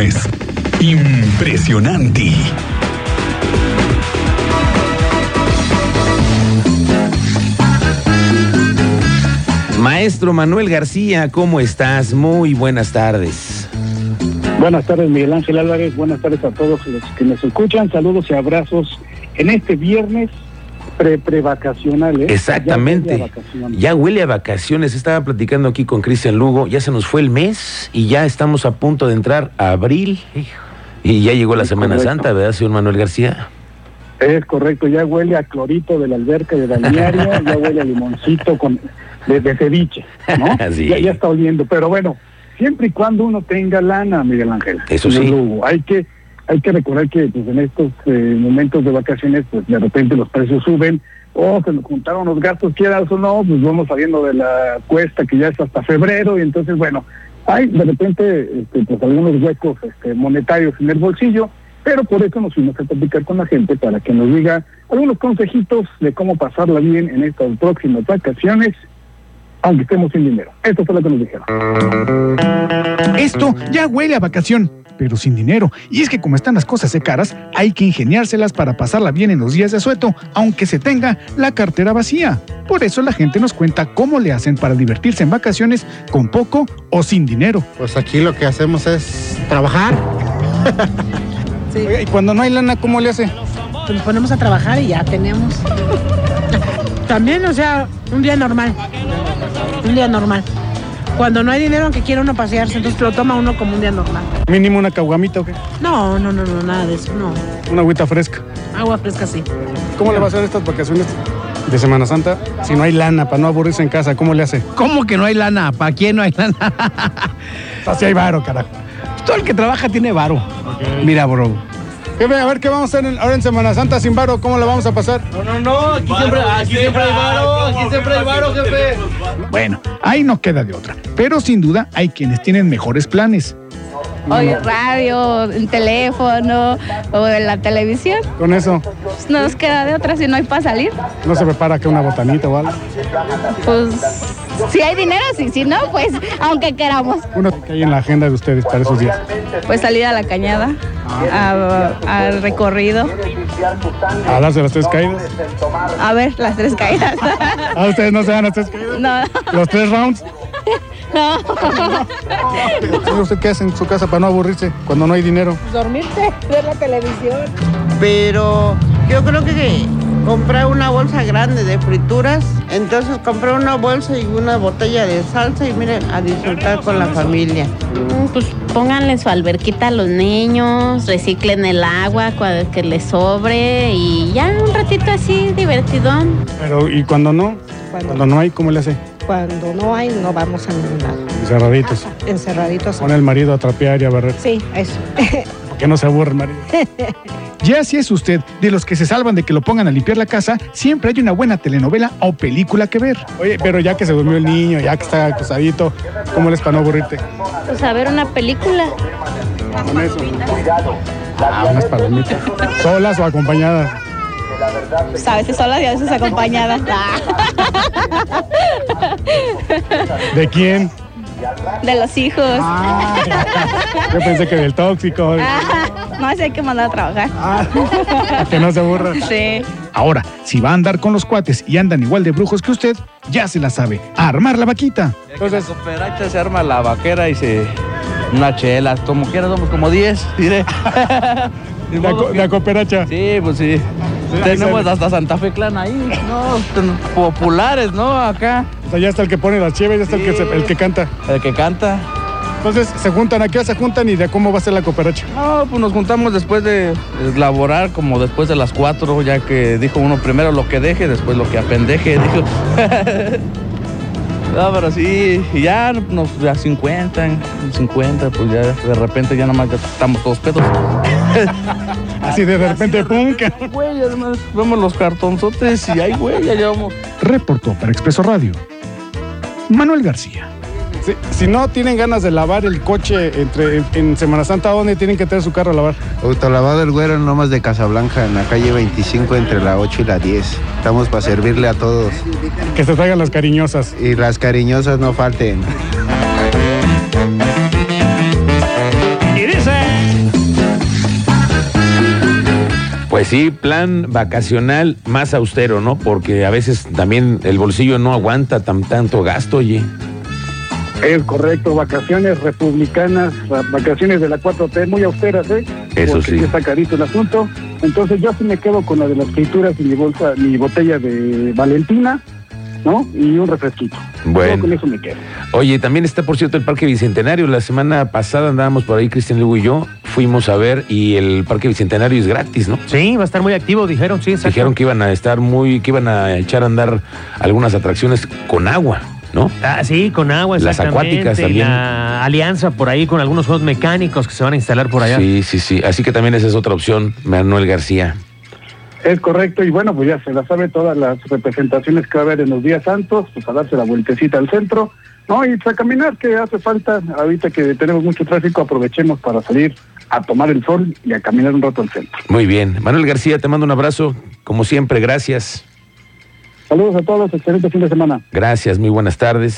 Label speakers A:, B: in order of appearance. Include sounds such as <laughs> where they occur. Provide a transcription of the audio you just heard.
A: es impresionante.
B: Maestro Manuel García, ¿cómo estás? Muy buenas tardes.
C: Buenas tardes, Miguel Ángel Álvarez. Buenas tardes a todos los que nos escuchan. Saludos y abrazos en este viernes pre prevacacional. ¿eh?
B: Exactamente.
C: Ya huele a vacaciones.
B: Ya huele a vacaciones. Estaba platicando aquí con Cristian Lugo. Ya se nos fue el mes y ya estamos a punto de entrar a abril. Y ya llegó la
C: Sí,
B: Semana
C: correcto.
B: Santa, ¿verdad, señor Manuel García?
C: Es correcto, ya huele a clorito de la alberca y de balneario, ya huele a limoncito con, de, de ceviche, ¿no?
B: Sí.
C: ya, ya está oliendo, pero bueno, siempre y cuando uno tenga lana, Miguel Ángel.
B: Eso
C: señor
B: sí.
C: Lugo, hay que hay que recordar que pues, en estos eh, momentos de vacaciones, pues de repente los precios suben, o se nos juntaron los gastos, quieras o no, pues vamos saliendo de la cuesta que ya es hasta febrero, y entonces, bueno, hay de repente este, pues, algunos huecos este, monetarios en el bolsillo, pero por eso nos fuimos a platicar con la gente para que nos diga algunos consejitos de cómo pasarla bien en estas próximas vacaciones, aunque estemos sin dinero. Esto fue lo que nos dijeron.
D: Esto ya huele a vacación, pero sin dinero. Y es que como están las cosas de caras, hay que ingeniárselas para pasarla bien en los días de asueto, aunque se tenga la cartera vacía. Por eso la gente nos cuenta cómo le hacen para divertirse en vacaciones con poco o sin dinero.
E: Pues aquí lo que hacemos es trabajar.
D: Y cuando no hay lana, ¿cómo le hace?
F: Pues nos ponemos a trabajar y ya tenemos. También, o sea, un día normal. Un día normal. Cuando no hay dinero, aunque quiera uno pasearse, entonces lo toma uno como un día normal.
D: Mínimo una caguamita o qué?
F: No, no, no, no, nada de eso, no.
D: Una agüita fresca.
F: Agua fresca sí.
D: ¿Cómo le va a hacer estas vacaciones de Semana Santa si no hay lana para no aburrirse en casa? ¿Cómo le hace?
G: ¿Cómo que no hay lana? ¿Para quién no hay lana?
D: Así hay varo, carajo.
G: Todo el que trabaja tiene varo. Mira, bro.
D: Jefe, a ver qué vamos a hacer en- ahora en Semana Santa sin varo, ¿cómo la vamos a pasar?
G: Aquí siempre, hay varo, aquí siempre hay varo, jefe.
D: Bueno, ahí no queda de otra. Pero sin duda hay quienes tienen mejores planes.
H: Oye, radio, el teléfono o en la televisión.
D: Con eso,
H: Pues, no nos queda de otra si no hay para salir.
D: ¿no se prepara que una botanita o algo?
H: Pues si hay dinero, sí, si no, pues aunque queramos,
D: Uno que hay en la agenda de ustedes para esos días.
H: pues salir a la cañada, a- al recorrido,
D: A darse las tres caídas.
H: a ver las tres caídas. <laughs>
D: ¿A ustedes no se dan las tres caídas?
H: No,
D: ¿Los tres rounds?
H: no.
D: ¿Usted qué hace en su casa para no aburrirse cuando no hay dinero?
F: Dormirte, ver la televisión.
I: pero yo creo que compré una bolsa grande de frituras, entonces compré una bolsa y una botella de salsa y miren, a disfrutar con la familia.
H: Pues pónganle su alberquita a los niños, reciclen el agua que les sobre y ya un ratito así divertidón.
D: Pero, ¿y cuando no? Cuando no hay, ¿cómo le hace?
F: Cuando no hay, no vamos a ningún lado.
D: Cerraditos.
F: Encerraditos.
D: Pone el marido a trapear y a barrer.
F: Sí, eso.
D: Que no se aburre el marido.
J: <laughs> Ya si es usted de los que se salvan de que lo pongan a limpiar la casa, siempre hay una buena telenovela o película que ver.
D: Oye, pero ya que se durmió el niño, ya que está acosadito, ¿cómo les para no aburrirte?
H: Pues a ver una película.
D: Con eso. Ah, unas palomitas. Solas o acompañadas.
H: Pues a veces sola y a veces acompañada.
D: <laughs> ¿De quién? Ah,
H: De los hijos.
D: Yo pensé que del tóxico,
H: Ah,
D: Ah,
H: No, así hay que mandar a trabajar.
D: que no se aburra.
H: Sí.
J: Ahora, si va a andar con los cuates y andan igual de brujos que usted, ya se la sabe. A armar la vaquita.
D: Entonces,
G: Cooperacha se arma la vaquera y se. Una chela, como quiera, somos como 10, diré. Ni
D: la,
G: modo
D: co-
G: que-
D: la cooperacha.
G: Sí, pues sí. Tenemos Pues hasta Santa Fe Clan ahí, ¿no? Ten- Populares, ¿no? Acá.
D: O sea, ya está el que pone las cheves, ya está el, que se- el que canta.
G: El que canta.
D: Entonces, se juntan, aquí se juntan y de cómo va a ser la cooperacha.
G: No, pues nos juntamos después de laborar, como después de las 4, ya que dijo uno primero lo que deje, después lo que apendeje, dijo. <laughs> No, pero sí, y ya nos ya 50, 50, pues ya de repente ya nomás ya estamos todos pedos.
D: Así de repente, pum, que-
G: Güey, además vemos los cartonzotes y ay, güey, ya llevamos.
J: Reportó para Expreso Radio. Manuel García.
D: Si, si no tienen ganas de lavar el coche entre, en, en Semana Santa, ¿a ¿dónde tienen que tener su carro a lavar?
E: Autolavado el güero nomás de Casablanca, en la calle 25 entre la 8 y la 10. Estamos para servirle a todos.
D: Que se traigan las cariñosas.
E: Y las cariñosas no falten.
A: Y dice.
B: Pues sí, plan vacacional más austero, ¿no? Porque a veces también el bolsillo no aguanta tan, tanto gasto, oye.
C: Es correcto, vacaciones republicanas, la- vacaciones de la 4T, muy austeras, ¿eh?
B: Eso
C: Porque
B: sí.
C: está carito el asunto. Entonces yo sí me quedo con la de las pinturas y mi bolsa, mi botella de Valentina, ¿no? Y un refresquito.
B: Bueno.
C: Yo con eso me quedo.
B: Oye, también está, por cierto, el Parque Bicentenario. La semana pasada andábamos por ahí, Cristian Lugo y yo, fuimos a ver y el Parque Bicentenario es gratis, ¿no?
A: Sí, va a estar muy activo, dijeron, sí, exacto.
B: Dijeron que iban a estar muy, que iban a echar a andar algunas atracciones con agua, ¿no?
A: Ah, sí, con agua,
B: Las
A: exactamente,
B: acuáticas
A: y
B: también.
A: La alianza por ahí con algunos juegos mecánicos que se van a instalar por allá.
B: Sí, sí, sí. Así que también esa es otra opción, Manuel García.
C: Es correcto, y bueno, pues ya se la sabe todas las representaciones que va a haber en los días santos, pues a darse la vueltecita al centro, ¿no? Y pues, a caminar, que hace falta, ahorita que tenemos mucho tráfico, aprovechemos para salir a tomar el sol y a caminar un rato al centro.
B: Muy bien. Manuel García, te mando un abrazo. Como siempre, gracias.
C: Saludos a todos, excelente fin de semana.
B: Gracias, muy buenas tardes.